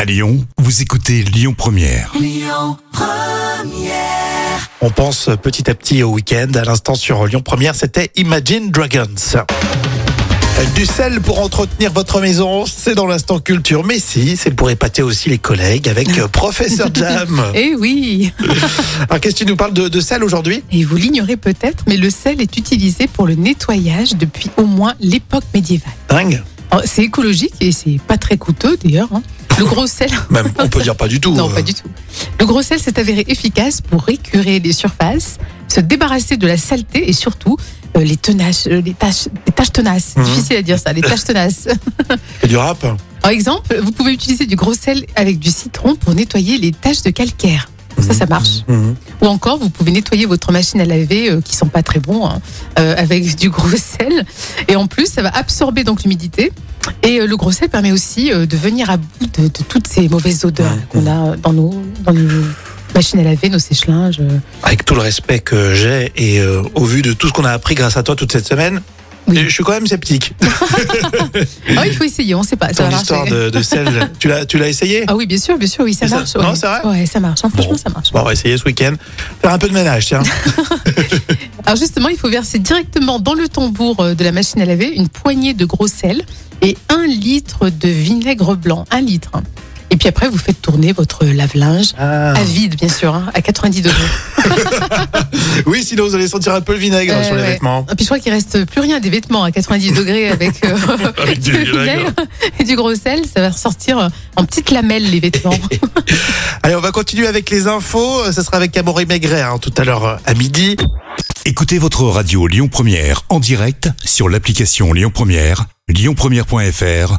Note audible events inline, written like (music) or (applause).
À Lyon, vous écoutez Lyon Première. On pense petit à petit au week-end. À l'instant sur Lyon Première, c'était Imagine Dragons. Du sel pour entretenir votre maison, c'est dans l'instant culture. Mais si, c'est pour épater aussi les collègues avec euh, Professeur (laughs) Jam. Eh oui Alors, qu'est-ce que tu nous parles de, de sel aujourd'hui Et vous l'ignorez peut-être, mais le sel est utilisé pour le nettoyage depuis au moins l'époque médiévale. Dingue. Alors, C'est écologique et c'est pas très coûteux d'ailleurs. hein. Le gros sel... (laughs) Même, on peut dire pas du tout. Non, pas du tout. Le gros sel s'est avéré efficace pour récurer les surfaces, se débarrasser de la saleté et surtout euh, les, tenaces, euh, les, tâches, les tâches tenaces. Mhm. Difficile à dire ça, les (laughs) tâches tenaces. Et euh, du rap. Par exemple, vous pouvez utiliser du gros sel avec du citron pour nettoyer les taches de calcaire. Ça, ça marche. Mhm. Ou encore, vous pouvez nettoyer votre machine à laver, euh, qui sont pas très bons, hein, euh, avec (laughs) du gros sel. Et en plus, ça va absorber donc l'humidité. Et euh, le gros sel permet aussi euh, de venir à bout de, de toutes ces mauvaises odeurs Ouais. qu'on a dans nos, dans nos machines à laver, nos sèche-linges. Avec tout le respect que j'ai et euh, au vu de tout ce qu'on a appris grâce à toi toute cette semaine, Oui. je suis quand même sceptique. Ah, il faut essayer, on sait pas. Ça Ton va histoire marcher. de, de (laughs) sel, tu l'as, tu l'as essayé Ah oui, bien sûr, bien sûr, oui, ça Et ça- marche. non, ouais. c'est vrai Ouais, ça marche. hein, franchement, ça marche. Bon, on va essayer ce week-end. Faire un peu de ménage, tiens. Alors justement, il faut verser directement dans le tambour euh, de la machine à laver une poignée de gros sel et un litre de vinaigre blanc, un litre. hein. Et puis après, vous faites tourner votre lave-linge Ah. à vide, bien sûr, hein, à (laughs) 90 degrés. Oui, sinon vous allez sentir un peu le vinaigre Euh, sur les ouais. vêtements. Et puis je crois qu'il reste plus rien des vêtements à 90 degrés avec, euh, (laughs) (laughs) Avec du le vinaigre. et du gros sel, ça va ressortir euh, en petites lamelles (laughs) les vêtements. Allez, on va continuer avec les infos. Ça sera avec Amaury Maigret hein, tout à l'heure euh, à midi. Écoutez votre radio Lyon Première en direct sur l'application Lyon Première, lyonpremière.fr